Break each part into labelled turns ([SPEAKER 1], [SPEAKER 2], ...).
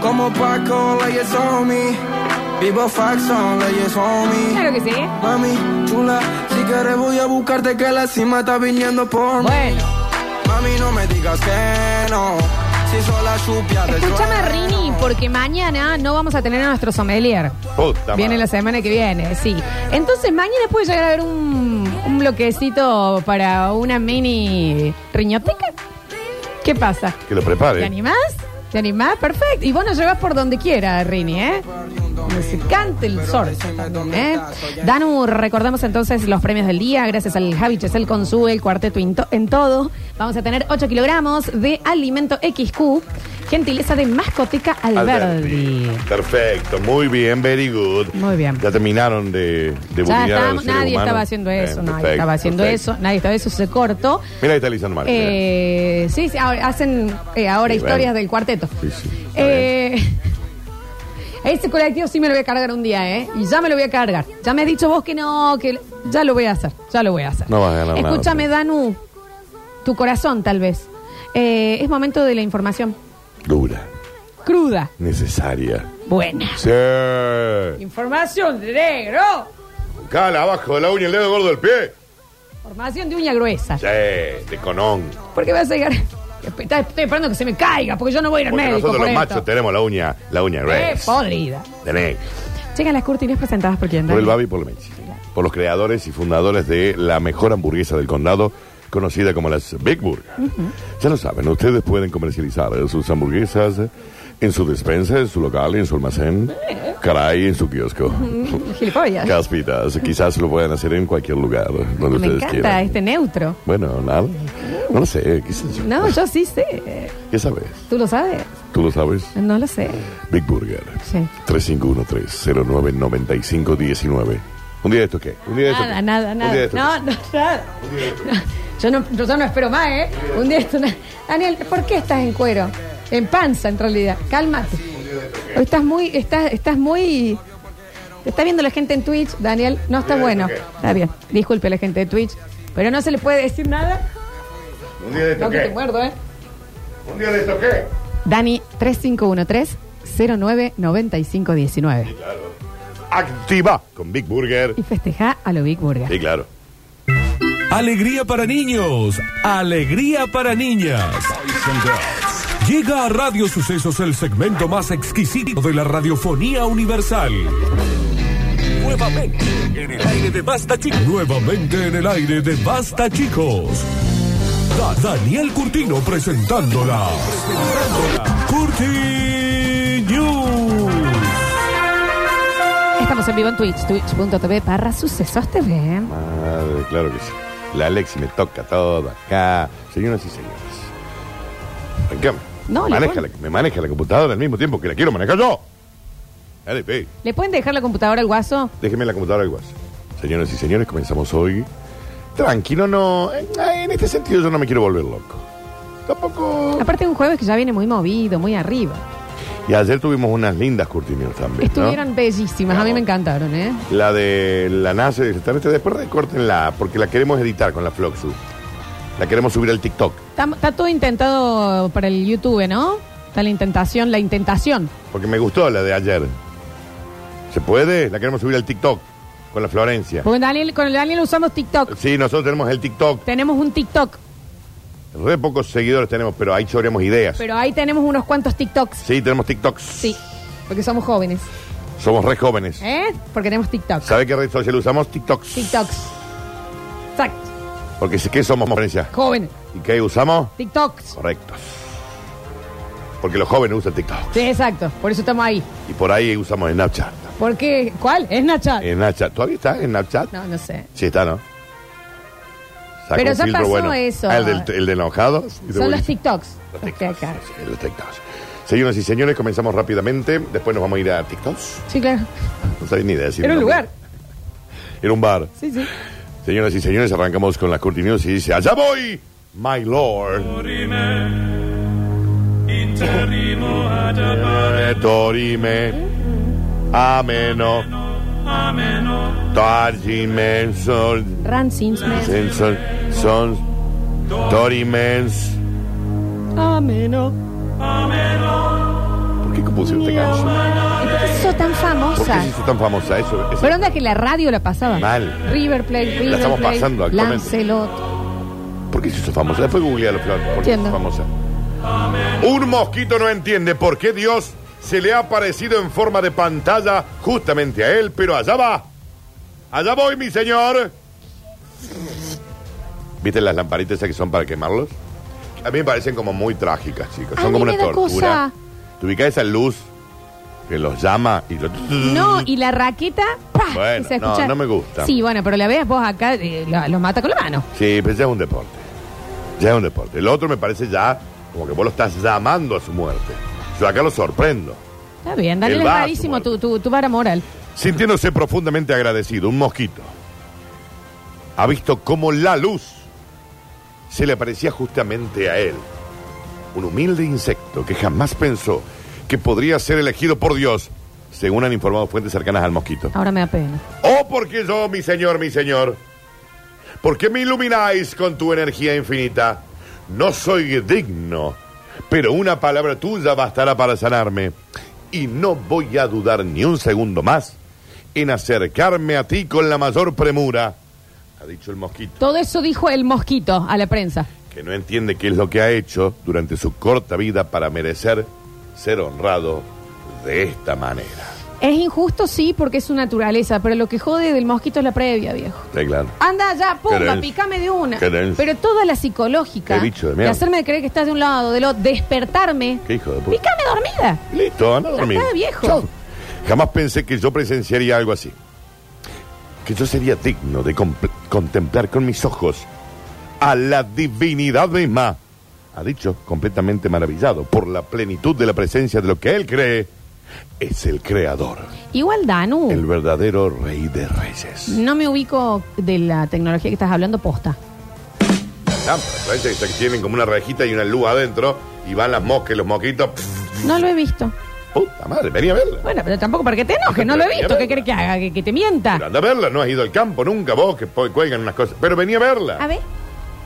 [SPEAKER 1] Como Paco, leyes on me. Vivo Faxon, leyes on me.
[SPEAKER 2] Claro que sí.
[SPEAKER 1] Mami, chula, si quieres voy a buscarte que la cima está viniendo por mí.
[SPEAKER 2] Bueno,
[SPEAKER 1] Mami, no me digas que no. Si sola chupia del
[SPEAKER 2] escúchame,
[SPEAKER 1] trueno.
[SPEAKER 2] Rini, porque mañana no vamos a tener a nuestro sommelier.
[SPEAKER 3] Puta
[SPEAKER 2] Viene la
[SPEAKER 3] madre.
[SPEAKER 2] semana que viene, sí. Entonces mañana puede llegar a haber un, un bloquecito para una mini riñoteca. ¿Qué pasa?
[SPEAKER 3] Que lo
[SPEAKER 2] ¿Te
[SPEAKER 3] prepare.
[SPEAKER 2] animás? ¿Te animás? Perfecto. Y vos nos llevas por donde quiera, Rini, ¿eh? Donde Se cante el sol. también, ¿eh? Danu, recordamos entonces los premios del día, gracias al Javi Chesel Consú, el cuarteto Into- en todo. Vamos a tener 8 kilogramos de alimento XQ, gentileza de Mascoteca Alberdi.
[SPEAKER 3] Perfecto, muy bien, very good.
[SPEAKER 2] Muy bien.
[SPEAKER 3] Ya terminaron de, de
[SPEAKER 2] Ya
[SPEAKER 3] bullear al
[SPEAKER 2] estábamos-
[SPEAKER 3] ser
[SPEAKER 2] nadie
[SPEAKER 3] humano.
[SPEAKER 2] estaba haciendo
[SPEAKER 3] Bien,
[SPEAKER 2] eso, nadie
[SPEAKER 3] perfecto,
[SPEAKER 2] estaba haciendo
[SPEAKER 3] perfecto.
[SPEAKER 2] eso, nadie estaba eso, se cortó.
[SPEAKER 3] Mira, ahí está Lizan Márquez.
[SPEAKER 2] Eh, sí, sí, ahora- hacen eh, ahora
[SPEAKER 3] Sí,
[SPEAKER 2] historias
[SPEAKER 3] bueno.
[SPEAKER 2] del cuarteto.
[SPEAKER 3] Sí, sí, está
[SPEAKER 2] Eh, ese colectivo sí me lo voy a cargar un día, ¿eh? Y ya me lo voy a cargar. Ya me has dicho vos que no, que ya lo voy a hacer, ya lo voy a hacer.
[SPEAKER 3] No vas a ganar nada,
[SPEAKER 2] Escúchame,
[SPEAKER 3] pero-
[SPEAKER 2] Danu, tu corazón tal vez. Eh, es momento de la información
[SPEAKER 3] Dura,
[SPEAKER 2] cruda,
[SPEAKER 3] necesaria.
[SPEAKER 2] buena.
[SPEAKER 3] Sí.
[SPEAKER 2] Información de negro.
[SPEAKER 3] Cala abajo de la uña, el dedo gordo del pie.
[SPEAKER 2] Información de uña gruesa.
[SPEAKER 3] Sí, de conón.
[SPEAKER 2] Porque vas a llegar. Está- Estoy esperando que se me caiga, porque yo no voy a ir al
[SPEAKER 3] Porque
[SPEAKER 2] médico.
[SPEAKER 3] nosotros
[SPEAKER 2] por
[SPEAKER 3] los
[SPEAKER 2] esto. Eh,
[SPEAKER 3] machos tenemos la uña, la uña
[SPEAKER 2] ¡Qué
[SPEAKER 3] res.
[SPEAKER 2] podrida!
[SPEAKER 3] De negro.
[SPEAKER 2] Llegan las cortinas presentadas por quién,
[SPEAKER 3] Por el
[SPEAKER 2] Dani?
[SPEAKER 3] Babi y por la Mechi. Por los creadores y fundadores de la mejor hamburguesa del condado, conocida como las Big Burger. Ya lo saben, ustedes pueden comercializar sus hamburguesas en su despensa, en su local, en su almacén, caray, en su kiosco.
[SPEAKER 2] Gilipollas.
[SPEAKER 3] Caspitas, quizás lo puedan hacer en cualquier lugar donde
[SPEAKER 2] Me
[SPEAKER 3] ustedes
[SPEAKER 2] encanta
[SPEAKER 3] quieran.
[SPEAKER 2] este neutro.
[SPEAKER 3] Bueno, nada. No lo sé, qué sé yo.
[SPEAKER 2] No, yo sí sé.
[SPEAKER 3] ¿Qué sabes?
[SPEAKER 2] ¿Tú lo sabes?
[SPEAKER 3] ¿Tú lo sabes?
[SPEAKER 2] No lo sé.
[SPEAKER 3] Big Burger.
[SPEAKER 2] Sí.
[SPEAKER 3] 3513-099519. ¿Un día de estos qué? ¿Un día de estos
[SPEAKER 2] Nada, nada,
[SPEAKER 3] qué? ¿Un día de
[SPEAKER 2] nada. No,
[SPEAKER 3] estos
[SPEAKER 2] no, nada. Yo no, yo no espero más, ¿eh? Un día esto. no- Daniel, ¿por qué estás en cuero? En panza, en realidad. Cálmate. Hoy estás muy. Estás, estás muy. Te está viendo la gente en Twitch, Daniel. No está
[SPEAKER 3] Bien,
[SPEAKER 2] bueno.
[SPEAKER 3] ok.
[SPEAKER 2] Está bien. Disculpe a la gente de Twitch. Pero no se le puede decir nada.
[SPEAKER 3] ¿Un día de
[SPEAKER 2] No
[SPEAKER 3] estos
[SPEAKER 2] que te
[SPEAKER 3] qué?
[SPEAKER 2] muerdo, ¿eh?
[SPEAKER 3] ¿Un día de estos qué?
[SPEAKER 2] Dani 3513-099519.
[SPEAKER 3] Activa con Big Burger.
[SPEAKER 2] Y festeja a lo Big Burger.
[SPEAKER 3] Sí, claro.
[SPEAKER 4] Alegría para niños, alegría para niñas. Llega a Radio Sucesos el segmento más exquisito de la radiofonía universal. Nuevamente en el aire de Basta Chicos. Nuevamente en el aire de Basta Chicos. Da- Daniel Curtino presentándola. Curti News.
[SPEAKER 2] Estamos en vivo en Twitch, twitch.tv barra sucesos TV.
[SPEAKER 3] Madre, Ah, claro que sí. La Alexi me toca todo acá. Señoras y señores. Arrancame.
[SPEAKER 2] No, le
[SPEAKER 3] maneja la,
[SPEAKER 2] pon-
[SPEAKER 3] me maneja la computadora al mismo tiempo que la quiero manejar yo. Dale, pe.
[SPEAKER 2] ¿Le pueden dejar la computadora al guaso?
[SPEAKER 3] Déjeme la computadora igual. Señoras y señores, comenzamos hoy. Tranquilo, no. eh, En este sentido yo no me quiero volver loco. Tampoco.
[SPEAKER 2] Aparte de un jueves que ya viene muy movido, muy arriba.
[SPEAKER 3] Y ayer tuvimos unas lindas curtinios también. ¿no?
[SPEAKER 2] Estuvieron bellísimas, a mí
[SPEAKER 3] Vamos.
[SPEAKER 2] me encantaron, ¿eh?
[SPEAKER 3] La de la NASA directamente, después recórtenla, porque la queremos editar con la Floxu. La queremos subir al TikTok.
[SPEAKER 2] Está, está todo intentado para el YouTube, ¿no? Está la intentación, la intentación.
[SPEAKER 3] Porque me gustó la de ayer. ¿Se puede? La queremos subir al TikTok con la Florencia.
[SPEAKER 2] Porque Daniel, con el Daniel usamos TikTok.
[SPEAKER 3] Sí, nosotros tenemos el TikTok.
[SPEAKER 2] Tenemos un TikTok,
[SPEAKER 3] Re pocos seguidores tenemos, pero ahí choreamos ideas.
[SPEAKER 2] pero ahí tenemos unos cuantos TikToks.
[SPEAKER 3] Sí, tenemos TikToks.
[SPEAKER 2] Sí, porque somos jóvenes,
[SPEAKER 3] Somos re jóvenes.
[SPEAKER 2] ¿eh? Porque tenemos TikTok.
[SPEAKER 3] ¿Sabe qué red social usamos? TikToks.
[SPEAKER 2] TikToks. Exacto.
[SPEAKER 3] Porque sí que somos Florencia.
[SPEAKER 2] Jóvenes.
[SPEAKER 3] ¿Y qué usamos?
[SPEAKER 2] TikToks.
[SPEAKER 3] Correctos. Porque los jóvenes usan TikTok.
[SPEAKER 2] Sí, exacto. Por eso estamos ahí.
[SPEAKER 3] Y por ahí usamos Snapchat.
[SPEAKER 2] ¿Por qué? ¿Cuál? ¿Es Nacha?
[SPEAKER 3] Snapchat. ¿Todavía está en Snapchat?
[SPEAKER 2] No, no sé.
[SPEAKER 3] Sí, está, ¿no? Sacó
[SPEAKER 2] Pero
[SPEAKER 3] un
[SPEAKER 2] ya
[SPEAKER 3] filtro
[SPEAKER 2] pasó eso.
[SPEAKER 3] Ah, el, del, el de enojado. Sí, de
[SPEAKER 2] Son los
[SPEAKER 3] buenísimo.
[SPEAKER 2] TikToks.
[SPEAKER 3] Los
[SPEAKER 2] los que
[SPEAKER 3] TikToks,
[SPEAKER 2] acá.
[SPEAKER 3] sí, los TikToks. Señoras y señores, comenzamos rápidamente. Después nos vamos a ir a TikToks.
[SPEAKER 2] Sí, claro.
[SPEAKER 3] No sabía ni idea. decir
[SPEAKER 2] Era un
[SPEAKER 3] el nombre.
[SPEAKER 2] lugar.
[SPEAKER 3] Era un bar.
[SPEAKER 2] Sí, sí.
[SPEAKER 3] Señoras y señores, arrancamos con las Curti News y dice, allá voy, my lord. Eh, Torime, ameno, targime, sol,
[SPEAKER 2] Run Sims.
[SPEAKER 3] sen- sol, son, torimens.
[SPEAKER 2] Ameno.
[SPEAKER 3] ¿Por qué como pusieron esta canción?
[SPEAKER 2] ¿Y por qué se hizo tan
[SPEAKER 3] ¿Por qué
[SPEAKER 2] famosa?
[SPEAKER 3] se hizo tan famosa? Eso, eso-
[SPEAKER 2] Pero onda que la radio la pasaba.
[SPEAKER 3] Mal.
[SPEAKER 2] River Plate, River
[SPEAKER 3] estamos
[SPEAKER 2] Plate,
[SPEAKER 3] pasando actualmente.
[SPEAKER 2] Lancelot.
[SPEAKER 3] ¿Por qué se hizo famosa? Después googlealo, Flor. ¿Por qué se hizo
[SPEAKER 2] Entiendo.
[SPEAKER 3] famosa? Un mosquito no entiende por qué Dios se le ha aparecido en forma de pantalla justamente a él, pero allá va. Allá voy, mi señor. ¿Viste las lamparitas esas que son para quemarlos? A mí me parecen como muy trágicas, chicos.
[SPEAKER 2] A
[SPEAKER 3] Son
[SPEAKER 2] mí
[SPEAKER 3] como
[SPEAKER 2] me
[SPEAKER 3] una
[SPEAKER 2] da
[SPEAKER 3] tortura.
[SPEAKER 2] cosa.
[SPEAKER 3] Te ubicás esa luz que los llama y lo-
[SPEAKER 2] No, y la raqueta. ¡pa!
[SPEAKER 3] Mm. Bueno,
[SPEAKER 2] Y se escucha-
[SPEAKER 3] no, no me gusta.
[SPEAKER 2] Sí, bueno, pero la veas vos acá, eh, la- los mata con la mano.
[SPEAKER 3] Sí, pero ya es un deporte. Ya es un deporte. El otro me parece ya como que vos lo estás llamando a su muerte. Yo acá lo sorprendo.
[SPEAKER 2] Está bien, Daniel,
[SPEAKER 3] El
[SPEAKER 2] es
[SPEAKER 3] vaso,
[SPEAKER 2] rarísimo
[SPEAKER 3] bueno.
[SPEAKER 2] tu, tu, tu vara moral.
[SPEAKER 3] Sintiéndose profundamente agradecido, un mosquito ha visto cómo la luz se le aparecía justamente a él. Un humilde insecto que jamás pensó que podría ser elegido por Dios, según han informado fuentes cercanas al mosquito.
[SPEAKER 2] Ahora me da pena.
[SPEAKER 3] Oh, porque yo, mi señor, mi señor, porque me ilumináis con tu energía infinita. No soy digno, pero una palabra tuya bastará para sanarme. Y no voy a dudar ni un segundo más en acercarme a ti con la mayor premura, ha dicho el mosquito,
[SPEAKER 2] Todo eso dijo el mosquito a la prensa.
[SPEAKER 3] que no entiende qué es lo que ha hecho durante su corta vida para merecer ser honrado de esta manera.
[SPEAKER 2] Es injusto, sí, porque es su naturaleza, pero lo que jode del mosquito es la previa, viejo.
[SPEAKER 3] Está claro.
[SPEAKER 2] Anda ya,
[SPEAKER 3] Qué
[SPEAKER 2] pumba,
[SPEAKER 3] denso.
[SPEAKER 2] picame de una.
[SPEAKER 3] Qué denso.
[SPEAKER 2] Pero toda la psicológica.
[SPEAKER 3] Qué bicho de
[SPEAKER 2] de
[SPEAKER 3] mierda.
[SPEAKER 2] hacerme creer que estás de un lado, del otro, despertarme.
[SPEAKER 3] Qué hijo de puta.
[SPEAKER 2] Picame dormida.
[SPEAKER 3] Listo, anda a dormir.
[SPEAKER 2] Está viejo.
[SPEAKER 3] Chao. Jamás pensé que yo presenciaría algo así. Que yo sería digno de compl- contemplar con mis ojos a la divinidad misma. Ha dicho, completamente maravillado por la plenitud de la presencia de lo que él cree es el creador,
[SPEAKER 2] Igual Danu.
[SPEAKER 3] el verdadero rey de reyes.
[SPEAKER 2] No me ubico de la tecnología que estás hablando posta.
[SPEAKER 3] Lámparas, ¿sabes? Esas que tienen como una rejita y una luz adentro y van las moscas y los mosquitos. Pff,
[SPEAKER 2] No lo he visto.
[SPEAKER 3] puta madre, venía a verla.
[SPEAKER 2] Bueno, pero tampoco para que te enojes, no lo he visto. ¿Qué querés que haga? ¿Que, que te
[SPEAKER 3] Pero
[SPEAKER 2] mienta?
[SPEAKER 3] anda a verla, no has ido al campo nunca vos, que po- cuelgan unas cosas. Pero venía a verla.
[SPEAKER 2] A ver.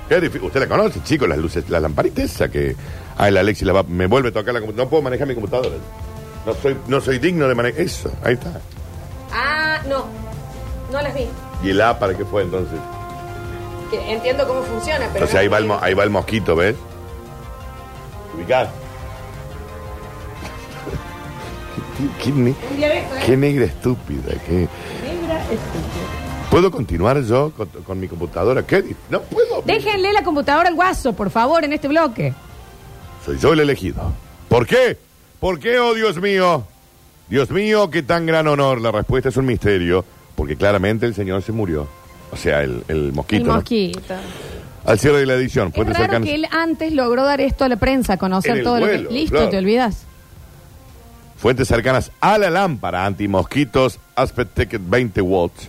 [SPEAKER 3] Qué difí- Usted la conoce, chicos, las luces, las lamparitas esa que. Ah, el Alexi la va- me vuelve a tocar la computadora. No puedo manejar mi computadora. No soy, no soy digno de manejar. Eso, ahí está.
[SPEAKER 2] Ah, no. No las vi.
[SPEAKER 3] ¿Y el A para qué fue entonces?
[SPEAKER 2] entiendo cómo funciona, pero.
[SPEAKER 3] Entonces ahí va el, mo- ahí va el mosquito, ¿ves? Ubicado. ¿Qué, qué ne-
[SPEAKER 2] ¿eh?
[SPEAKER 3] qué negra estúpida. Qué... ¿Puedo continuar yo con, con mi computadora? ¿Qué? dif- No puedo.
[SPEAKER 2] Déjenle la computadora al guaso, por favor, en este bloque.
[SPEAKER 3] Soy yo el elegido. ¿Por qué? ¿Por qué, oh Dios mío? Dios mío, qué tan gran honor. La respuesta es un misterio, porque claramente el señor se murió. O sea, el, el mosquito.
[SPEAKER 2] el
[SPEAKER 3] ¿no?
[SPEAKER 2] mosquito.
[SPEAKER 3] Al cierre de la edición,
[SPEAKER 2] Es
[SPEAKER 3] puede
[SPEAKER 2] raro
[SPEAKER 3] cercanos.
[SPEAKER 2] que él antes logró dar esto a la prensa,
[SPEAKER 3] En
[SPEAKER 2] conocer
[SPEAKER 3] el
[SPEAKER 2] todo lo
[SPEAKER 3] vuelo,
[SPEAKER 2] que. Listo,
[SPEAKER 3] claro.
[SPEAKER 2] te olvidas.
[SPEAKER 3] Fuentes cercanas a la lámpara antimosquitos Aspect Ticket 20 watts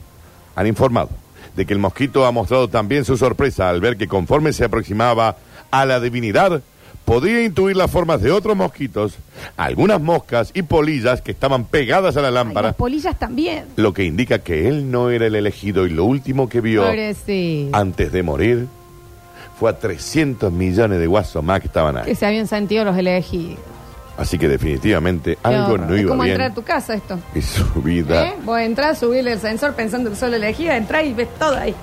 [SPEAKER 3] han informado de que el mosquito ha mostrado también su sorpresa al ver que conforme se aproximaba a la divinidad, podía intuir las formas de otros mosquitos, algunas moscas y polillas que estaban pegadas a la
[SPEAKER 2] Ay, las
[SPEAKER 3] lámpara,
[SPEAKER 2] polillas también.
[SPEAKER 3] lo que indica que él no era el elegido y lo último que vio
[SPEAKER 2] Pobrecito.
[SPEAKER 3] antes de morir fue a 300 millones de guasos más que estaban
[SPEAKER 2] Que
[SPEAKER 3] ahí.
[SPEAKER 2] se habían sentido los elegidos.
[SPEAKER 3] Así que definitivamente algo
[SPEAKER 2] Qué
[SPEAKER 3] no
[SPEAKER 2] horror. Es
[SPEAKER 3] iba
[SPEAKER 2] como
[SPEAKER 3] bien
[SPEAKER 2] entrar a tu casa esto.
[SPEAKER 3] en su vida.
[SPEAKER 2] ¿Eh? Vos entrás, subirle el sensor pensando que solo elegía, entrás y ves todo ahí.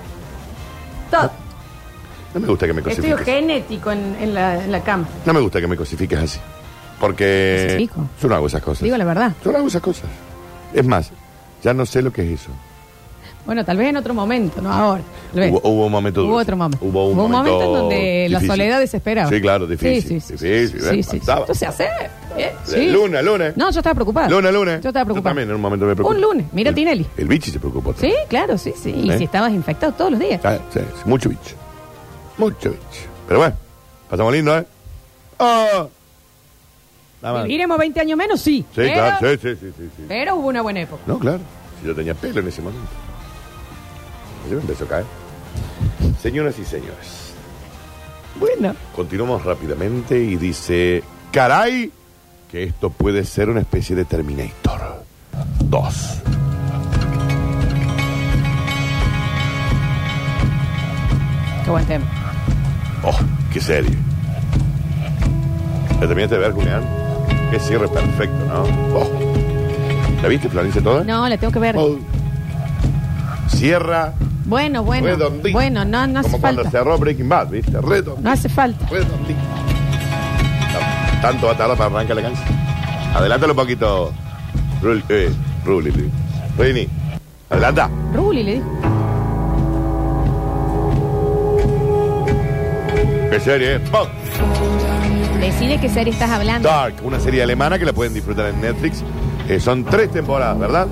[SPEAKER 2] Todo.
[SPEAKER 3] Ah, No me gusta que me
[SPEAKER 2] Estudio
[SPEAKER 3] cosifiques.
[SPEAKER 2] genético en, en la, en la cama.
[SPEAKER 3] No me gusta que me cosifiques
[SPEAKER 2] Eso
[SPEAKER 3] así.
[SPEAKER 2] es
[SPEAKER 3] Porque
[SPEAKER 2] fijo.
[SPEAKER 3] yo no hago esas cosas.
[SPEAKER 2] Digo la verdad.
[SPEAKER 3] Yo no hago esas cosas. Es más, ya no sé lo que es eso.
[SPEAKER 2] Bueno, tal vez en otro momento, no ahora. Tal vez.
[SPEAKER 3] Hubo, hubo un momento
[SPEAKER 2] Hubo
[SPEAKER 3] dulce.
[SPEAKER 2] otro momento.
[SPEAKER 3] Hubo un,
[SPEAKER 2] Hubo un
[SPEAKER 3] momento,
[SPEAKER 2] momento en donde la
[SPEAKER 3] difícil.
[SPEAKER 2] soledad desesperaba.
[SPEAKER 3] Sí, claro, difícil.
[SPEAKER 2] Sí, sí, sí.
[SPEAKER 3] Difícil,
[SPEAKER 2] Sí,
[SPEAKER 3] ¿eh?
[SPEAKER 2] sí, sí.
[SPEAKER 3] Faltaba.
[SPEAKER 2] Entonces, hace, ¿eh? Sí.
[SPEAKER 3] Luna, luna.
[SPEAKER 2] No, yo estaba preocupada.
[SPEAKER 3] Luna, luna.
[SPEAKER 2] Ah, Yo estaba preocupada.
[SPEAKER 3] también en un momento me preocupé.
[SPEAKER 2] Un lunes, mira
[SPEAKER 3] El-
[SPEAKER 2] Tinelli.
[SPEAKER 3] El bichi se preocupó.
[SPEAKER 2] Sí, claro, sí, sí. Y
[SPEAKER 3] ¿Eh?
[SPEAKER 2] si estabas infectado todos los días.
[SPEAKER 3] Ah, sí, sí, mucho bicho. Mucho bicho. Pero bueno, pasamos lindo, ¿eh? ¡Oh! Nada más.
[SPEAKER 2] ¿Viviremos 20 años menos? Sí.
[SPEAKER 3] Sí,
[SPEAKER 2] pero,
[SPEAKER 3] claro, sí, sí, sí, sí, sí.
[SPEAKER 2] pero hubo una buena época.
[SPEAKER 3] No, claro. Si yo tenía pelo en ese momento. Yo me empezó a caer. Señoras y señores,
[SPEAKER 2] Bueno.
[SPEAKER 3] continuamos rápidamente y dice, caray, que esto puede ser una especie de Terminator 2.
[SPEAKER 2] Qué buen tema.
[SPEAKER 3] Oh, qué serie. ¿La terminaste de ver, Julián? Qué cierre perfecto, ¿no? Oh. ¿La viste, Florencia, toda?
[SPEAKER 2] No, la tengo que ver.
[SPEAKER 3] Oh. Cierra
[SPEAKER 2] Bueno, bueno.
[SPEAKER 3] redondito.
[SPEAKER 2] Bueno, no, no hace
[SPEAKER 3] Como cuando
[SPEAKER 2] falta.
[SPEAKER 3] cerró Breaking Bad, ¿viste? Redondito.
[SPEAKER 2] No hace falta.
[SPEAKER 3] redondito. No, Tanto va a tardar para arrancar la canción. Adelántalo un poquito. Ruli, eh, Ruli, Ruli. Rini, adelanta.
[SPEAKER 2] Ruli le dijo.
[SPEAKER 3] Qué serie, ¿eh? Oh.
[SPEAKER 2] Decide qué serie estás hablando.
[SPEAKER 3] Dark, una serie alemana que la pueden disfrutar en Netflix. Eh, son tres temporadas, ¿verdad?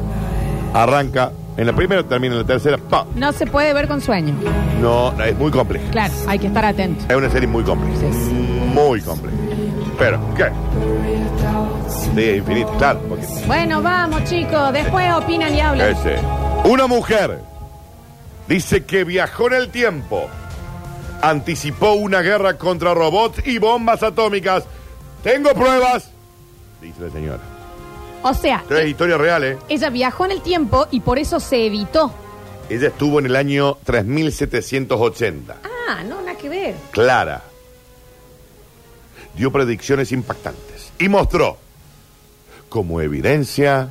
[SPEAKER 3] Arranca en la primera, termina en la tercera. ¡pa!
[SPEAKER 2] No se puede ver con sueño.
[SPEAKER 3] No, no, es muy compleja.
[SPEAKER 2] Claro, hay que estar atento.
[SPEAKER 3] Es una serie muy compleja.
[SPEAKER 2] Sí.
[SPEAKER 3] Muy compleja. Pero, ¿qué? Sí, es infinito, claro. Porque,
[SPEAKER 2] Bueno, vamos chicos, después opinan y hablan.
[SPEAKER 3] Ese. Una mujer dice que viajó en el tiempo, anticipó una guerra contra robots y bombas atómicas. Tengo pruebas, dice la señora.
[SPEAKER 2] O sea,
[SPEAKER 3] Tres historias reales.
[SPEAKER 2] ella viajó en el tiempo y por eso se evitó.
[SPEAKER 3] Ella estuvo en el año 3780.
[SPEAKER 2] Ah, no, nada que ver.
[SPEAKER 3] Clara dio predicciones impactantes y mostró como evidencia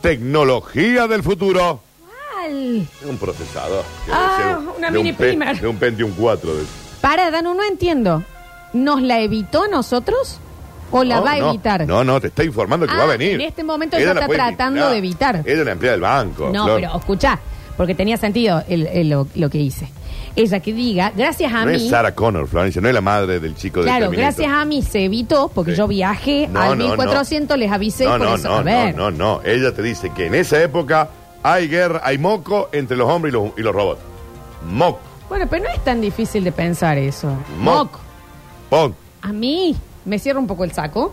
[SPEAKER 3] tecnología del futuro.
[SPEAKER 2] ¿Cuál?
[SPEAKER 3] Un procesador. que
[SPEAKER 2] Ah,
[SPEAKER 3] debe ser
[SPEAKER 2] una
[SPEAKER 3] de un
[SPEAKER 2] mini
[SPEAKER 3] Pen-
[SPEAKER 2] primer.
[SPEAKER 3] De un Pentium 4. de-
[SPEAKER 2] Para, Danu, no entiendo. ¿Nos la evitó a nosotros o la
[SPEAKER 3] No,
[SPEAKER 2] va a
[SPEAKER 3] no,
[SPEAKER 2] evitar?
[SPEAKER 3] No, no, te está informando que
[SPEAKER 2] Ah,
[SPEAKER 3] va a venir.
[SPEAKER 2] en este momento
[SPEAKER 3] Ella
[SPEAKER 2] ella
[SPEAKER 3] la
[SPEAKER 2] está
[SPEAKER 3] puede
[SPEAKER 2] tratando
[SPEAKER 3] evitar.
[SPEAKER 2] de evitar.
[SPEAKER 3] Ella es la empleada del banco.
[SPEAKER 2] No,
[SPEAKER 3] Flor.
[SPEAKER 2] pero escuchá, porque tenía sentido el- el- lo, lo que hice. Ella que diga, gracias a
[SPEAKER 3] No
[SPEAKER 2] mí.
[SPEAKER 3] es Sarah Connor, Florencia, no es la madre del chico de
[SPEAKER 2] Claro,
[SPEAKER 3] Terminator.
[SPEAKER 2] gracias a mí se evitó, porque
[SPEAKER 3] Sí.
[SPEAKER 2] yo viajé
[SPEAKER 3] No,
[SPEAKER 2] al
[SPEAKER 3] no, no.
[SPEAKER 2] 1400, les avisé y
[SPEAKER 3] No,
[SPEAKER 2] por
[SPEAKER 3] no,
[SPEAKER 2] eso.
[SPEAKER 3] no,
[SPEAKER 2] a
[SPEAKER 3] no,
[SPEAKER 2] ver.
[SPEAKER 3] no, no. Ella te dice que en esa época hay guerra, hay moco entre los hombres y los, y los robots. Moco,
[SPEAKER 2] Bueno, pero no es tan difícil de pensar eso.
[SPEAKER 3] Moc.
[SPEAKER 2] Moc.
[SPEAKER 3] pon.
[SPEAKER 2] A mí me cierra un poco el saco.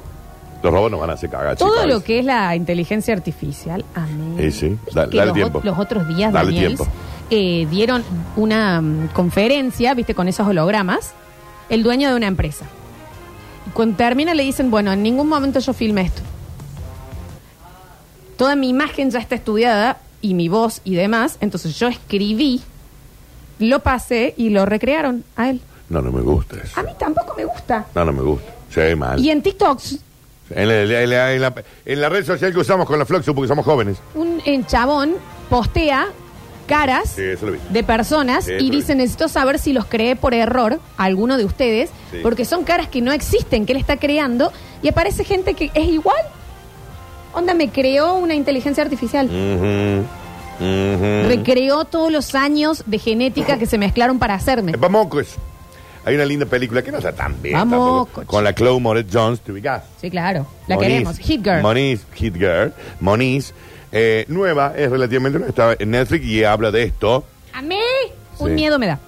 [SPEAKER 3] Los robots nos van a hacer cagar,
[SPEAKER 2] Todo
[SPEAKER 3] chicas.
[SPEAKER 2] lo que es la inteligencia artificial, a mí.
[SPEAKER 3] Eh, sí, da-
[SPEAKER 2] Que
[SPEAKER 3] dale
[SPEAKER 2] los,
[SPEAKER 3] tiempo.
[SPEAKER 2] ot- los otros días,
[SPEAKER 3] Dale
[SPEAKER 2] Daniels,
[SPEAKER 3] tiempo.
[SPEAKER 2] eh, dieron una mm, conferencia, viste, con esos hologramas, el dueño de una empresa. Y cuando termina le dicen, bueno, en ningún momento yo filme esto. Toda mi imagen ya está estudiada y mi voz y demás, entonces yo escribí, lo pasé y lo recrearon a él.
[SPEAKER 3] No, no me gusta eso.
[SPEAKER 2] A mí tampoco me gusta.
[SPEAKER 3] No, no me gusta. Se ve mal.
[SPEAKER 2] Y en TikTok,
[SPEAKER 3] En, la, en la- en la- en la red social que usamos con la Floxu porque somos jóvenes.
[SPEAKER 2] un eh, chabón postea caras
[SPEAKER 3] Sí, eso lo vi.
[SPEAKER 2] de personas
[SPEAKER 3] Sí,
[SPEAKER 2] y
[SPEAKER 3] eso lo
[SPEAKER 2] dice, necesito saber si los creé por error a alguno de ustedes,
[SPEAKER 3] Sí.
[SPEAKER 2] porque son caras que no existen, que él está creando, y aparece gente que es igual. Onda, me creó una inteligencia artificial.
[SPEAKER 3] Ujú, ujú.
[SPEAKER 2] Recreó todos los años de genética que se mezclaron para hacerme.
[SPEAKER 3] Es pa' moco eso. Hay una linda película que no está tan bien.
[SPEAKER 2] Pa'
[SPEAKER 3] tampoco,
[SPEAKER 2] moco,
[SPEAKER 3] Con la Chloe Moret Jones, ¿te ubicás?
[SPEAKER 2] Sí, claro. La
[SPEAKER 3] Moniz,
[SPEAKER 2] queremos. Hit Girl.
[SPEAKER 3] Moniz, Hit Girl. Moniz, eh, nueva, es relativamente nueva, está en Netflix y habla de esto.
[SPEAKER 2] A mí
[SPEAKER 3] Sí.
[SPEAKER 2] un miedo me da.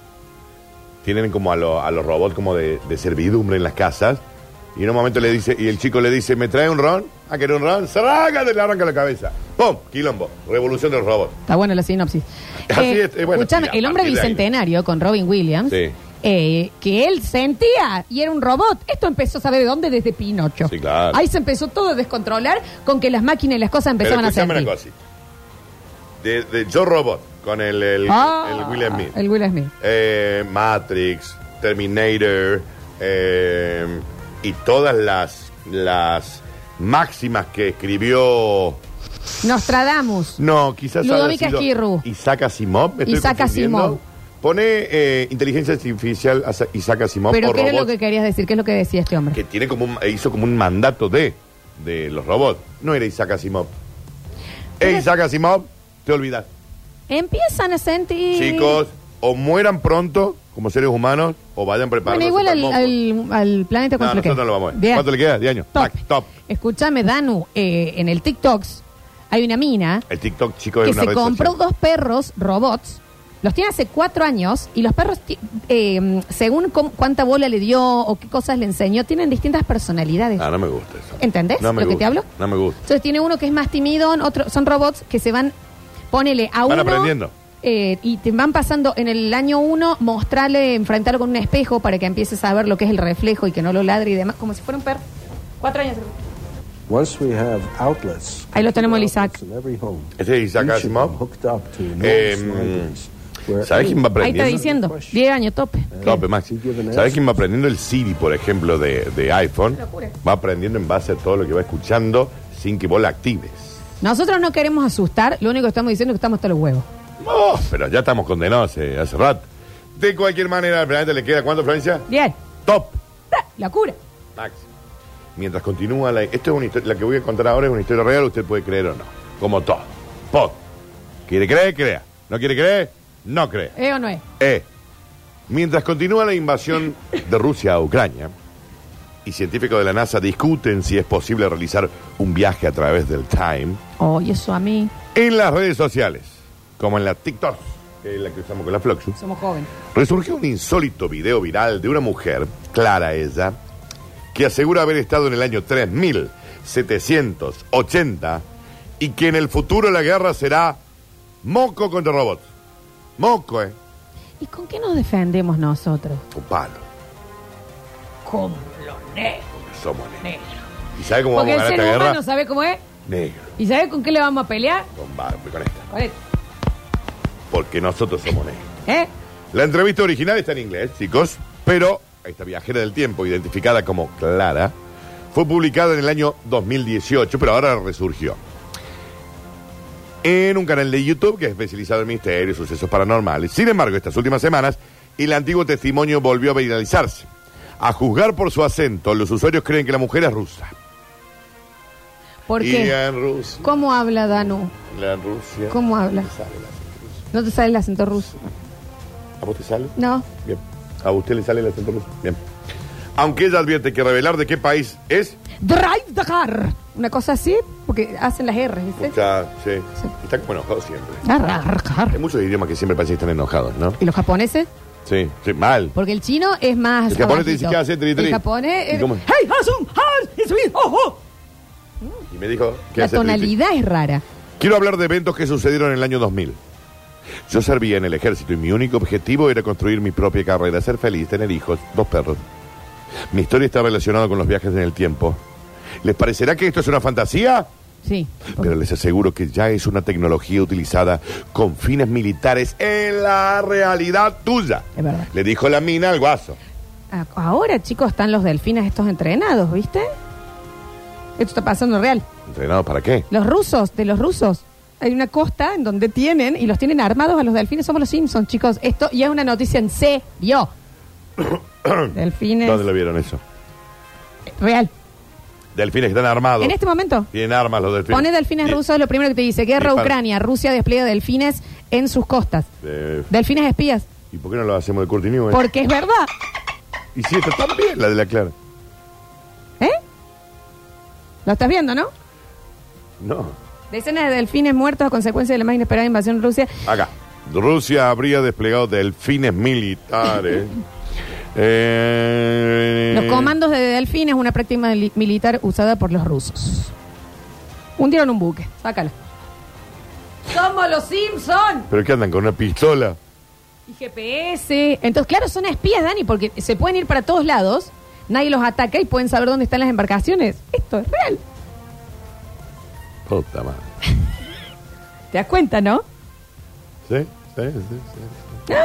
[SPEAKER 3] Tienen como a, lo- a los robots como de, de servidumbre en las casas. Y en un momento le dice, y el chico le dice, ¿me trae un ron? ¿A querer un ron? ¡Sácate! Le arranca la cabeza. ¡Pum! Quilombo. Revolución de los robots.
[SPEAKER 2] Está buena la sinopsis.
[SPEAKER 3] Así es, eh, bueno,
[SPEAKER 2] escúchame,
[SPEAKER 3] y a
[SPEAKER 2] el hombre
[SPEAKER 3] partir de ahí.
[SPEAKER 2] bicentenario con Robin Williams,
[SPEAKER 3] Sí.
[SPEAKER 2] eh, que él sentía y era un robot. Esto empezó, ¿sabe de dónde? Desde Pinocho.
[SPEAKER 3] Sí, claro.
[SPEAKER 2] Ahí se empezó todo a descontrolar con que las máquinas y las cosas empezaban
[SPEAKER 3] Pero
[SPEAKER 2] a
[SPEAKER 3] escuchame
[SPEAKER 2] sentir.
[SPEAKER 3] una cosa. De, de Yo Robot, con el, el,
[SPEAKER 2] Ah,
[SPEAKER 3] el Will Smith.
[SPEAKER 2] El Will Smith.
[SPEAKER 3] eh, Matrix, Terminator eh, y todas las, las máximas que escribió.
[SPEAKER 2] Nostradamus.
[SPEAKER 3] No, quizás. haya
[SPEAKER 2] Ludovica
[SPEAKER 3] sido
[SPEAKER 2] Esquirru.
[SPEAKER 3] Isaac Asimov. ¿me estoy
[SPEAKER 2] Isaac
[SPEAKER 3] confundiendo?
[SPEAKER 2] Asimov.
[SPEAKER 3] Pone eh, inteligencia artificial a Sa- Isaac Asimov
[SPEAKER 2] Pero
[SPEAKER 3] o
[SPEAKER 2] ¿qué era lo
[SPEAKER 3] robot
[SPEAKER 2] que
[SPEAKER 3] que...
[SPEAKER 2] querías decir? ¿Qué es lo que decía este hombre?
[SPEAKER 3] tiene como un- hizo como un mandato de, de los robots. No era Isaac Asimov. Es
[SPEAKER 2] Pero-
[SPEAKER 3] Isaac Asimov, te olvidas.
[SPEAKER 2] Empiezan a sentir...
[SPEAKER 3] Chicos, o mueran pronto como seres humanos o vayan
[SPEAKER 2] Bueno,
[SPEAKER 3] preparándose.
[SPEAKER 2] igual
[SPEAKER 3] para el
[SPEAKER 2] al,
[SPEAKER 3] moco.
[SPEAKER 2] al- al planeta
[SPEAKER 3] No,
[SPEAKER 2] ¿cuánto le queda?
[SPEAKER 3] nosotros no lo vamos a ver.
[SPEAKER 2] Bien.
[SPEAKER 3] ¿Cuánto le queda? 10 años.
[SPEAKER 2] Top.
[SPEAKER 3] Tac, top.
[SPEAKER 2] Escúchame, Danu, eh, en el TikToks hay una mina
[SPEAKER 3] El TikTok, chicos,
[SPEAKER 2] que
[SPEAKER 3] es una
[SPEAKER 2] se
[SPEAKER 3] red
[SPEAKER 2] compró
[SPEAKER 3] social.
[SPEAKER 2] dos perros robots. Los tiene hace cuatro años y los perros, ti- eh, según cómo- cuánta bola le dio o qué cosas le enseñó, tienen distintas personalidades.
[SPEAKER 3] Ah, no me gusta eso.
[SPEAKER 2] ¿Entendés
[SPEAKER 3] No me
[SPEAKER 2] lo que
[SPEAKER 3] gusta.
[SPEAKER 2] te hablo?
[SPEAKER 3] No me gusta.
[SPEAKER 2] Entonces tiene uno que es más tímido, otro, son robots que se van, ponele a
[SPEAKER 3] Van
[SPEAKER 2] uno...
[SPEAKER 3] aprendiendo.
[SPEAKER 2] eh, y te van pasando en el año uno, mostrarle, enfrentarlo con un espejo para que empieces a ver lo que es el reflejo y que no lo ladre y demás, como si fuera un perro. Cuatro años.
[SPEAKER 5] Once we have outlets,
[SPEAKER 2] Ahí lo tenemos el Isaac.
[SPEAKER 5] in every home,
[SPEAKER 3] Este es Isaac
[SPEAKER 5] each of them
[SPEAKER 3] Asimov.
[SPEAKER 5] hooked up to enormous
[SPEAKER 3] Eh,
[SPEAKER 5] libraries. where
[SPEAKER 3] ¿Sabes quién va
[SPEAKER 2] Ahí está
[SPEAKER 3] aprendiendo?
[SPEAKER 2] diciendo, 10 años tope.
[SPEAKER 3] Tope, Maxi. ¿Sabes quién va aprendiendo? El Siri, por ejemplo, de, de iPhone.
[SPEAKER 2] Locura.
[SPEAKER 3] Va aprendiendo en base a todo lo que va escuchando sin que vos la actives.
[SPEAKER 2] Nosotros no queremos asustar, lo único que estamos diciendo es que estamos hasta los huevos.
[SPEAKER 3] Oh, pero ya estamos condenados eh, hace rato. De cualquier manera, al planeta le queda cuánto, Francia?
[SPEAKER 2] 10,
[SPEAKER 3] Top,
[SPEAKER 2] locura.
[SPEAKER 3] Max. Mientras continúa la... Esto es una historia... La que voy a contar ahora es una historia real, usted puede creer o no. Como todo. Pod. ¿Quiere creer? Crea. ¿No quiere creer? No cree.
[SPEAKER 2] ¿Eh o no es?
[SPEAKER 3] Eh, mientras continúa la invasión de Rusia a Ucrania, y científicos de la NASA discuten si es posible realizar un viaje a través del Time,
[SPEAKER 2] Oh, y eso a mí,
[SPEAKER 3] en las redes sociales, como en la TikTok, que es la que usamos con la Fluxus,
[SPEAKER 2] somos jóvenes.
[SPEAKER 3] resurgió un insólito video viral de una mujer, Clara ella, que asegura haber estado en el año 3780 y que en el futuro la guerra será moco contra robots. Moco, eh.
[SPEAKER 2] ¿Y con qué nos defendemos nosotros?
[SPEAKER 3] Tu palo.
[SPEAKER 2] Con lo negro.
[SPEAKER 3] Somos negros.
[SPEAKER 2] negro.
[SPEAKER 3] ¿Y sabe cómo
[SPEAKER 2] Porque el
[SPEAKER 3] vamos a ganar
[SPEAKER 2] ser
[SPEAKER 3] esta
[SPEAKER 2] humano
[SPEAKER 3] guerra?
[SPEAKER 2] sabe cómo es.
[SPEAKER 3] Negro.
[SPEAKER 2] ¿Y sabe con qué le vamos a pelear?
[SPEAKER 3] Con, bar- con esta.
[SPEAKER 2] Con esto,
[SPEAKER 3] Porque nosotros somos negros.
[SPEAKER 2] ¿Eh?
[SPEAKER 3] La entrevista original está en inglés, chicos, pero esta viajera del tiempo, identificada como Clara, fue publicada en el año 2018, pero ahora resurgió. En un canal de YouTube que es especializado en misterios, sucesos paranormales. Sin embargo, estas últimas semanas, el antiguo testimonio volvió a viralizarse. A juzgar por su acento, los usuarios creen que la mujer es rusa.
[SPEAKER 2] ¿Por
[SPEAKER 3] y eh,
[SPEAKER 2] qué?
[SPEAKER 3] en Rusia,
[SPEAKER 2] ¿Cómo habla Danu?
[SPEAKER 3] la Rusia.
[SPEAKER 2] ¿Cómo habla?
[SPEAKER 3] sale el acento ruso.
[SPEAKER 2] ¿No te sale el acento ruso?
[SPEAKER 3] ¿A vos te sale?
[SPEAKER 2] No.
[SPEAKER 3] Bien. ¿A usted le sale el acento ruso? Bien. Aunque ella advierte que revelar de qué país es.
[SPEAKER 2] Drive the car. Una cosa así, porque hacen las R, ¿viste?
[SPEAKER 3] Está, sí. Está como enojado siempre.
[SPEAKER 2] Arra, arra,
[SPEAKER 3] Hay
[SPEAKER 2] arra.
[SPEAKER 3] muchos idiomas que siempre parece que están enojados, ¿no?
[SPEAKER 2] ¿Y los japoneses?
[SPEAKER 3] Sí, sí, mal.
[SPEAKER 2] Porque el chino es más.
[SPEAKER 3] El japonés te dice,
[SPEAKER 2] abajito.
[SPEAKER 3] ¿qué hace? Tri, tri.
[SPEAKER 2] El japonés.
[SPEAKER 3] ¿Y
[SPEAKER 2] es-
[SPEAKER 3] cómo?
[SPEAKER 2] ¡Hey, Hasum! ¡Has! ¡It's me! ¡Oh, oh!
[SPEAKER 3] Y me dijo. ¿qué
[SPEAKER 2] La
[SPEAKER 3] hace, Titi?
[SPEAKER 2] tonalidad es rara.
[SPEAKER 3] Quiero hablar de eventos que sucedieron en el año 2000. Yo servía en el ejército y mi único objetivo era construir mi propia carrera, ser feliz, tener hijos, dos perros. Mi historia está relacionada con los viajes en el tiempo. ¿Les parecerá que esto es una fantasía?
[SPEAKER 2] Sí.
[SPEAKER 3] Pero les aseguro que ya es una tecnología utilizada con fines militares en la realidad tuya.
[SPEAKER 2] Es verdad.
[SPEAKER 3] Le dijo la mina al guaso.
[SPEAKER 2] A- Ahora, chicos, están los delfines estos entrenados, ¿viste? Esto está pasando real.
[SPEAKER 3] ¿Entrenado para qué?
[SPEAKER 2] Los rusos, de los rusos. Hay una costa en donde tienen, y los tienen armados a los delfines. Somos los Simpsons, chicos. Esto ya es una noticia en serio. delfines.
[SPEAKER 3] ¿Dónde lo vieron eso?
[SPEAKER 2] Real.
[SPEAKER 3] Delfines que están armados.
[SPEAKER 2] En este momento.
[SPEAKER 3] Tienen armas los delfines.
[SPEAKER 2] Pone delfines
[SPEAKER 3] Y-
[SPEAKER 2] rusos, lo primero que te dice. Guerra
[SPEAKER 3] Dispara.
[SPEAKER 2] Ucrania. Rusia despliega delfines en sus costas.
[SPEAKER 3] Eh,
[SPEAKER 2] Delfines espías.
[SPEAKER 3] ¿Y por qué no lo hacemos de Curtin Newell?
[SPEAKER 2] Porque es verdad.
[SPEAKER 3] Y si esta también, la de la Clara.
[SPEAKER 2] ¿Eh? Lo estás viendo, ¿no?
[SPEAKER 3] No.
[SPEAKER 2] Decenas de delfines muertos a consecuencia de la más inesperada invasión rusa.
[SPEAKER 3] Acá. Rusia habría desplegado delfines militares. Eh,
[SPEAKER 2] Los comandos de delfines, una práctica mili- militar usada por los rusos. Hundieron un buque, sácalo. ¡Somos los Simpson!
[SPEAKER 3] ¿Pero qué andan con una pistola?
[SPEAKER 2] Y GPS. Entonces, claro, son espías, Dani, porque se pueden ir para todos lados, nadie los ataca y pueden saber dónde están las embarcaciones. Esto es real.
[SPEAKER 3] Puta madre.
[SPEAKER 2] ¿Te das cuenta, no?
[SPEAKER 3] Sí, sí, sí. sí.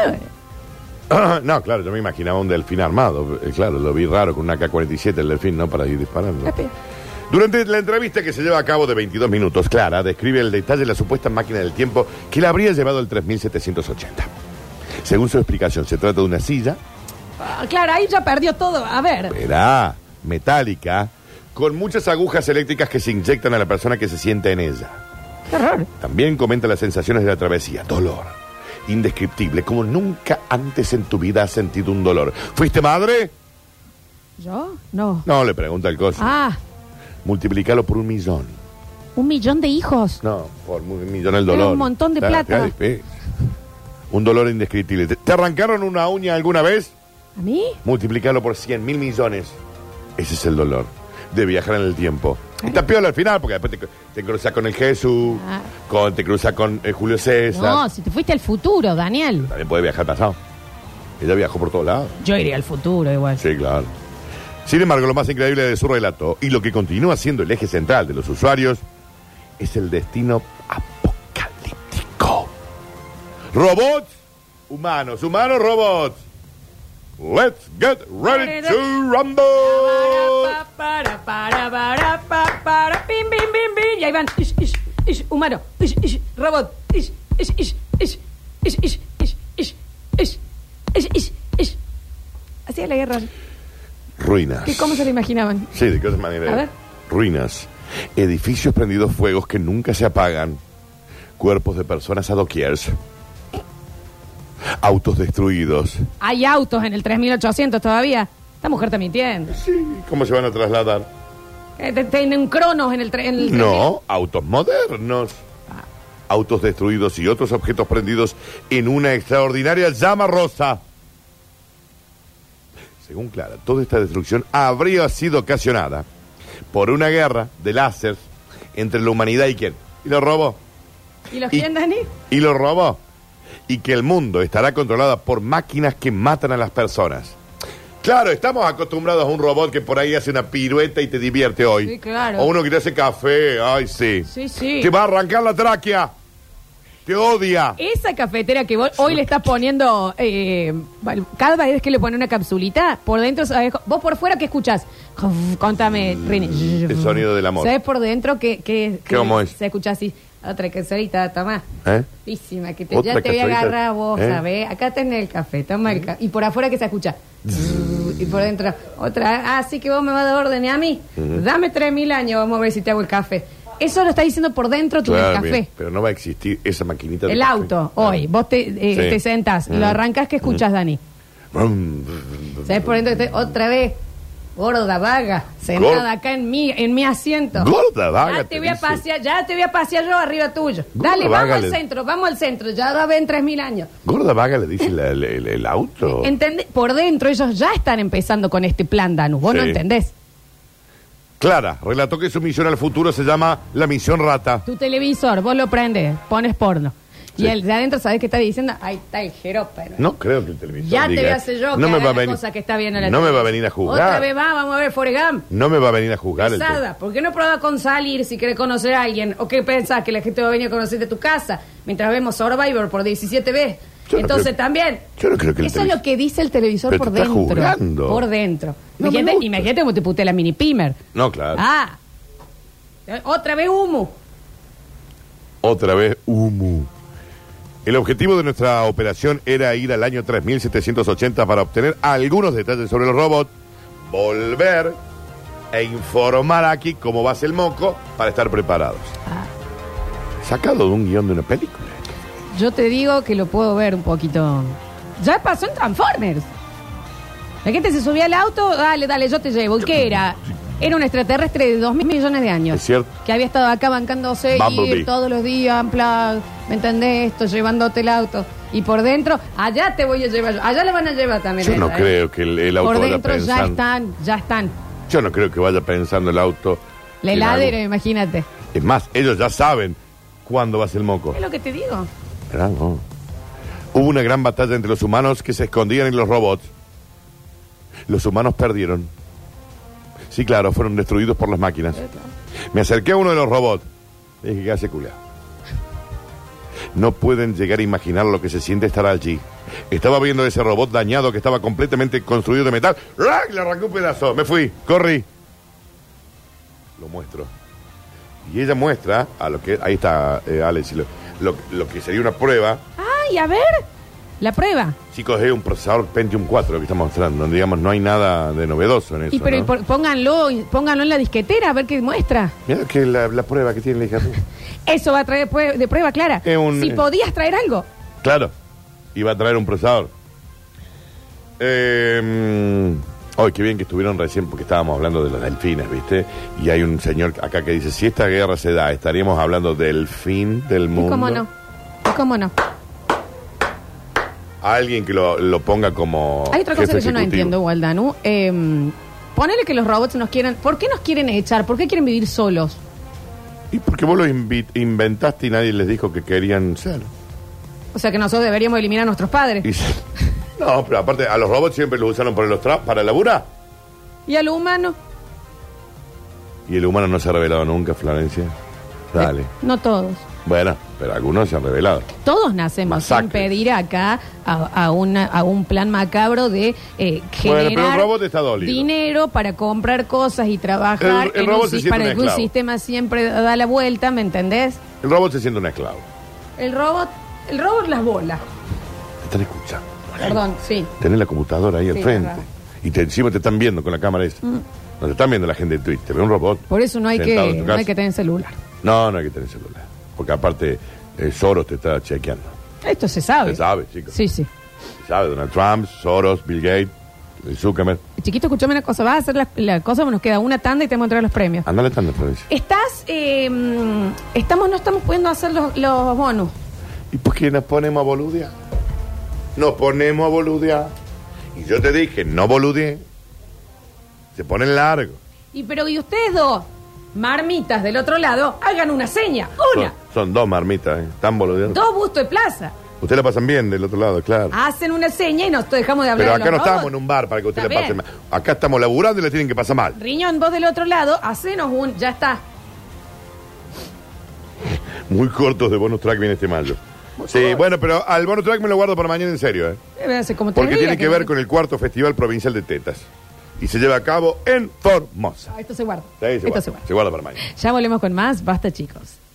[SPEAKER 3] No, claro, yo me imaginaba un delfín armado. Eh, Claro, lo vi raro con una K-47 el delfín, ¿no? Para ir disparando.
[SPEAKER 2] Espía.
[SPEAKER 3] Durante la entrevista que se lleva a cabo de 22 minutos, Clara describe el detalle de la supuesta máquina del tiempo que la habría llevado al 3780. Según su explicación, se trata de una silla,
[SPEAKER 2] Ah, claro, ahí ya perdió todo. A ver.
[SPEAKER 3] verá, metálica, con muchas agujas eléctricas que se inyectan a la persona que se sienta en ella.
[SPEAKER 2] Qué horror.
[SPEAKER 3] También comenta las sensaciones de la travesía. Dolor. Indescriptible, como nunca antes en tu vida has sentido un dolor. ¿Fuiste madre?
[SPEAKER 2] ¿Yo? No.
[SPEAKER 3] No, le pregunta el coso.
[SPEAKER 2] Ah,
[SPEAKER 3] Multiplícalo por un millón.
[SPEAKER 2] un millón de hijos.
[SPEAKER 3] No, por un millón el dolor.
[SPEAKER 2] un montón de
[SPEAKER 3] Claro,
[SPEAKER 2] plata.
[SPEAKER 3] claro, eh. Un dolor indescriptible. ¿Te- ¿Te arrancaron una uña alguna vez?
[SPEAKER 2] ¿A mí?
[SPEAKER 3] Multiplicarlo por 100 mil millones. Ese es el dolor de viajar en el tiempo. Y está piola al final, porque después te, te cruzas con el Jesús,
[SPEAKER 2] Ah.
[SPEAKER 3] con, te cruzas con eh, Julio César.
[SPEAKER 2] No, si te fuiste al futuro, Daniel.
[SPEAKER 3] También puede viajar pasado. Ella viajó por todos lados.
[SPEAKER 2] Yo iría al futuro igual.
[SPEAKER 3] Sí, claro. Sin embargo, lo más increíble de su relato y lo que continúa siendo el eje central de los usuarios es el destino apocalíptico. Robots Humanos, humanos, robots. Let's get ready to rumble.
[SPEAKER 2] Para, para, para, para, para, pim, pim, pim, pim. Y ahí van. Ish, ish, ish, humano. Ish, ish, robot. Ish, ish, ish, ish, ish, ish, ish, ish, ish, ish, ish, ish. Así es la guerra.
[SPEAKER 3] Ruinas.
[SPEAKER 2] ¿Qué, ¿Cómo se lo imaginaban?
[SPEAKER 3] Sí, de qué otra manera.
[SPEAKER 2] A ver.
[SPEAKER 3] Ruinas. Edificios prendidos fuegos que nunca se apagan. Cuerpos de personas a doquiers. Autos destruidos.
[SPEAKER 2] Hay autos en el 3800 todavía. Esta mujer está mintiendo.
[SPEAKER 3] Sí, ¿cómo se van a trasladar?
[SPEAKER 2] Eh, te- Tienen cronos en el... tre- en el
[SPEAKER 3] No, autos modernos. Autos destruidos y otros objetos prendidos en una extraordinaria llama rosa. Según Clara, toda esta destrucción habría sido ocasionada por una guerra de láser entre la humanidad y quién. ¿Y los robó?
[SPEAKER 2] ¿Y los
[SPEAKER 3] Y-
[SPEAKER 2] quién, Dani?
[SPEAKER 3] y los robó. Y que el mundo estará controlada por máquinas que matan a las personas. Claro, estamos acostumbrados a un robot que por ahí hace una pirueta y te divierte hoy.
[SPEAKER 2] Sí, claro.
[SPEAKER 3] O uno que te hace café, ay, sí.
[SPEAKER 2] Sí, sí.
[SPEAKER 3] Te va a arrancar la tráquea. Te odia.
[SPEAKER 2] Esa cafetera que vos hoy le estás poniendo, eh, bueno, cada vez que le pone una capsulita, por dentro, sabés- vos por fuera, ¿qué escuchás? Contame, Rini.
[SPEAKER 3] Mm, El sonido del amor.
[SPEAKER 2] ¿Sabes por dentro que, que, que
[SPEAKER 3] ¿Cómo es?
[SPEAKER 2] se escucha así? Otra cacerita, tomá.
[SPEAKER 3] ¿Eh?
[SPEAKER 2] Písima, que te-
[SPEAKER 3] Otra
[SPEAKER 2] ya te voy a
[SPEAKER 3] cacerita,
[SPEAKER 2] agarrar vos,
[SPEAKER 3] ¿eh?
[SPEAKER 2] ¿sabés? Acá tenés el café, toma el café. Y por afuera que se escucha. Y por dentro, otra. Así que vos me vas a dar orden a mí. Dame tres mil años, vamos a ver si te hago el café. Eso lo está diciendo por dentro tu
[SPEAKER 3] Claro,
[SPEAKER 2] café.
[SPEAKER 3] bien, pero no va a existir esa maquinita. de
[SPEAKER 2] El
[SPEAKER 3] café.
[SPEAKER 2] auto, hoy. Vos te, eh,
[SPEAKER 3] Sí. Mm.
[SPEAKER 2] te sentás, lo arrancas, ¿qué escuchas, Dani?
[SPEAKER 3] Brum,
[SPEAKER 2] ¿Sabes por dentro? que te- Otra vez, gorda, vaga, sentada
[SPEAKER 3] Gor-
[SPEAKER 2] acá en mi, en mi asiento.
[SPEAKER 3] Gorda, vaga,
[SPEAKER 2] Ya te
[SPEAKER 3] te
[SPEAKER 2] voy a
[SPEAKER 3] dice.
[SPEAKER 2] pasear, ya te voy a pasear yo arriba tuyo.
[SPEAKER 3] Gorda,
[SPEAKER 2] Dale,
[SPEAKER 3] vaga,
[SPEAKER 2] vamos al
[SPEAKER 3] le-
[SPEAKER 2] centro, vamos al centro, ya da ven 3.000 años.
[SPEAKER 3] Gorda Vaga le
[SPEAKER 2] Eh.
[SPEAKER 3] dice la- el, el- el auto.
[SPEAKER 2] ¿Entendés? Por dentro ellos ya están empezando con este plan, Danu. Vos no
[SPEAKER 3] Sí.
[SPEAKER 2] entendés.
[SPEAKER 3] Clara relató que su misión al futuro se llama la misión rata.
[SPEAKER 2] Tu televisor, vos lo prendes, pones porno. Y
[SPEAKER 3] Sí.
[SPEAKER 2] el de adentro, ¿sabés qué está diciendo? Ahí está el jerópero.
[SPEAKER 3] No creo que el televisor
[SPEAKER 2] Ya
[SPEAKER 3] diga,
[SPEAKER 2] te voy a hacer yo
[SPEAKER 3] no
[SPEAKER 2] que
[SPEAKER 3] me
[SPEAKER 2] haga
[SPEAKER 3] va a
[SPEAKER 2] la
[SPEAKER 3] venir,
[SPEAKER 2] cosa que está viendo la
[SPEAKER 3] No me
[SPEAKER 2] tele.
[SPEAKER 3] va a venir a
[SPEAKER 2] Otra
[SPEAKER 3] jugar.
[SPEAKER 2] vez va, vamos a ver Forrest Gump.
[SPEAKER 3] No me va a venir a jugar el
[SPEAKER 2] Pesada,
[SPEAKER 3] tele-
[SPEAKER 2] ¿por qué no prueba con salir si querés conocer a alguien? ¿O qué pensás que la gente va a venir a conocerte a tu casa mientras vemos Survivor por 17 veces?
[SPEAKER 3] Yo no
[SPEAKER 2] Entonces
[SPEAKER 3] creo-
[SPEAKER 2] también.
[SPEAKER 3] yo no creo que el
[SPEAKER 2] Eso es
[SPEAKER 3] televisor-
[SPEAKER 2] lo que dice el televisor
[SPEAKER 3] Pero
[SPEAKER 2] por
[SPEAKER 3] te está
[SPEAKER 2] dentro.
[SPEAKER 3] juzgando.
[SPEAKER 2] Por dentro.
[SPEAKER 3] No me
[SPEAKER 2] imagínate,
[SPEAKER 3] gusta.
[SPEAKER 2] imagínate cómo te puté la mini pimer.
[SPEAKER 3] No, claro.
[SPEAKER 2] Ah. Eh, Otra vez humo.
[SPEAKER 3] Otra vez humo. El objetivo de nuestra operación era ir al año 3780 para obtener algunos detalles sobre los robots, volver e informar aquí cómo va a ser el moco para estar preparados.
[SPEAKER 2] Ah.
[SPEAKER 3] Sacado de un guión de una película.
[SPEAKER 2] Yo te digo que lo puedo ver un poquito. Ya pasó en Transformers. La gente se subía al auto, dale, dale, yo te llevo. ¿Y qué era? Era un extraterrestre de dos mil millones de años.
[SPEAKER 3] Es cierto.
[SPEAKER 2] Que había estado acá bancándose
[SPEAKER 3] Bumblebee.
[SPEAKER 2] ir todos los días, en plan, ¿me entendés esto? Llevándote el auto. Y por dentro, allá te voy a llevar. yo. Allá lo van a llevar también.
[SPEAKER 3] Yo no
[SPEAKER 2] esa, ¿eh?
[SPEAKER 3] creo que el, el auto
[SPEAKER 2] Por
[SPEAKER 3] vaya
[SPEAKER 2] dentro ya
[SPEAKER 3] pensando.
[SPEAKER 2] están, ya están.
[SPEAKER 3] Yo no creo que vaya pensando el auto.
[SPEAKER 2] La
[SPEAKER 3] en algo.
[SPEAKER 2] heladera, imagínate.
[SPEAKER 3] Es más, ellos ya saben cuándo va a ser el moco.
[SPEAKER 2] Es lo que te digo.
[SPEAKER 3] Era, no. Hubo una gran batalla entre los humanos que se escondían en los robots. Los humanos perdieron. Sí, claro, fueron destruidos por las máquinas. Me acerqué a uno de los robots. Le dije, ¿qué hace culá? No pueden llegar a imaginar lo que se siente estar allí. Estaba viendo ese robot dañado que estaba completamente construido de metal. ¡Rac! Le arrancó un pedazo. Me fui. Corrí. Lo muestro. Y ella muestra a lo que. Ahí está, eh, Alex. Lo, lo- lo que sería una prueba.
[SPEAKER 2] Ay, a ver. La prueba.
[SPEAKER 3] Chicos, es un procesador Pentium 4 que está mostrando. Digamos, no hay nada de novedoso en eso.
[SPEAKER 2] y pero y
[SPEAKER 3] ¿no?
[SPEAKER 2] por- pónganlo, pónganlo en la disquetera a ver qué muestra.
[SPEAKER 3] Mira que la, la prueba que tiene la hija. tuya.
[SPEAKER 2] Eso va a traer prue- de prueba clara.
[SPEAKER 3] Es un- eh,
[SPEAKER 2] si podías traer algo.
[SPEAKER 3] Claro, iba a traer un procesador. Eh, mm, ay, qué bien que estuvieron recién porque estábamos hablando de los delfines, ¿viste? Y hay un señor acá que dice, si esta guerra se da, estaríamos hablando del fin del
[SPEAKER 2] Y
[SPEAKER 3] mundo.
[SPEAKER 2] cómo no. Y cómo no.
[SPEAKER 3] Alguien que lo, lo ponga como...
[SPEAKER 2] Hay otra cosa
[SPEAKER 3] jefe
[SPEAKER 2] que yo no
[SPEAKER 3] ejecutivo.
[SPEAKER 2] entiendo, Waldanu. Eh, ponele que los robots nos quieran. ¿Por qué nos quieren echar? ¿Por qué quieren vivir solos?
[SPEAKER 3] Y porque vos lo invi- inventaste y nadie les dijo que querían ser.
[SPEAKER 2] O sea que nosotros deberíamos eliminar a nuestros padres.
[SPEAKER 3] Y se- No, pero aparte, a los robots siempre los usaron para los tra- para laburar.
[SPEAKER 2] Y, a lo humano.
[SPEAKER 3] Y el humano no se ha revelado nunca, Florencia. Dale.
[SPEAKER 2] Eh, no todos.
[SPEAKER 3] Bueno, pero algunos se han revelado.
[SPEAKER 2] Todos nacemos sin
[SPEAKER 3] Masacre.
[SPEAKER 2] pedir acá a, a una- a un plan macabro de eh,
[SPEAKER 3] Bueno, pero
[SPEAKER 2] generar
[SPEAKER 3] el robot está dolido.
[SPEAKER 2] dinero para comprar cosas y trabajar
[SPEAKER 3] El- el
[SPEAKER 2] en un
[SPEAKER 3] robot se
[SPEAKER 2] sis-
[SPEAKER 3] siente
[SPEAKER 2] para
[SPEAKER 3] un
[SPEAKER 2] que un
[SPEAKER 3] esclavo.
[SPEAKER 2] sistema siempre da la vuelta, ¿me entendés?
[SPEAKER 3] El robot se siente un esclavo.
[SPEAKER 2] El robot, el robot las bolas.
[SPEAKER 3] Te están escuchando.
[SPEAKER 2] Perdón, sí.
[SPEAKER 3] Tenés la computadora ahí al
[SPEAKER 2] Sí,
[SPEAKER 3] frente.
[SPEAKER 2] verdad. Mm.
[SPEAKER 3] Y te, encima te están viendo con la cámara esa. No te están viendo la gente en Twitter, te ve un robot.
[SPEAKER 2] Por eso no hay que,
[SPEAKER 3] sentado en tu
[SPEAKER 2] no hay
[SPEAKER 3] casa.
[SPEAKER 2] que tener celular.
[SPEAKER 3] No, no hay que tener celular. Porque aparte, eh, Soros te está chequeando.
[SPEAKER 2] Esto se sabe.
[SPEAKER 3] Se sabe, chicos.
[SPEAKER 2] Sí, sí.
[SPEAKER 3] ¿Sabes? Donald Trump, Soros, Bill Gates, eh, Zuckerberg.
[SPEAKER 2] Chiquito, escúchame una cosa. Vas a hacer la, la cosa, nos queda una tanda y te voy a entregar los premios.
[SPEAKER 3] Andale tanto, Florencia.
[SPEAKER 2] Estás, eh, mm, estamos, no estamos pudiendo hacer los, los bonus.
[SPEAKER 3] ¿Y por qué nos ponemos a boludear? Nos ponemos a boludear. Y yo te dije, no boludee. Se ponen largo.
[SPEAKER 2] Y pero, ¿y ustedes dos? Marmitas del otro lado, hagan una seña. Una,
[SPEAKER 3] Son, son dos marmitas, ¿eh? Están boludeando.
[SPEAKER 2] dos Ah, bustos de plaza.
[SPEAKER 3] Ustedes la pasan bien del otro lado, claro.
[SPEAKER 2] Hacen una seña y nos dejamos de hablar.
[SPEAKER 3] Pero
[SPEAKER 2] de
[SPEAKER 3] acá no
[SPEAKER 2] los
[SPEAKER 3] estamos
[SPEAKER 2] robots.
[SPEAKER 3] en un bar para que usted
[SPEAKER 2] Está
[SPEAKER 3] le pase
[SPEAKER 2] bien.
[SPEAKER 3] mal. Acá estamos laburando y le tienen que pasar mal.
[SPEAKER 2] Riñón, vos del otro lado, hacenos un. Ya está.
[SPEAKER 3] Muy cortos de bonus track viene este mayo. Sí, bueno, pero al bonus track me lo guardo para mañana en serio, ¿eh?
[SPEAKER 2] Eh, hace como tres
[SPEAKER 3] Porque
[SPEAKER 2] días
[SPEAKER 3] tiene que ver con el cuarto Festival Provincial de Tetas. Y se lleva a cabo en Formosa.
[SPEAKER 2] Ah, esto se guarda.
[SPEAKER 3] Sí, se
[SPEAKER 2] esto
[SPEAKER 3] guarda.
[SPEAKER 2] se guarda.
[SPEAKER 3] Se guarda para mañana.
[SPEAKER 2] Ya volvemos con más. Basta, chicos.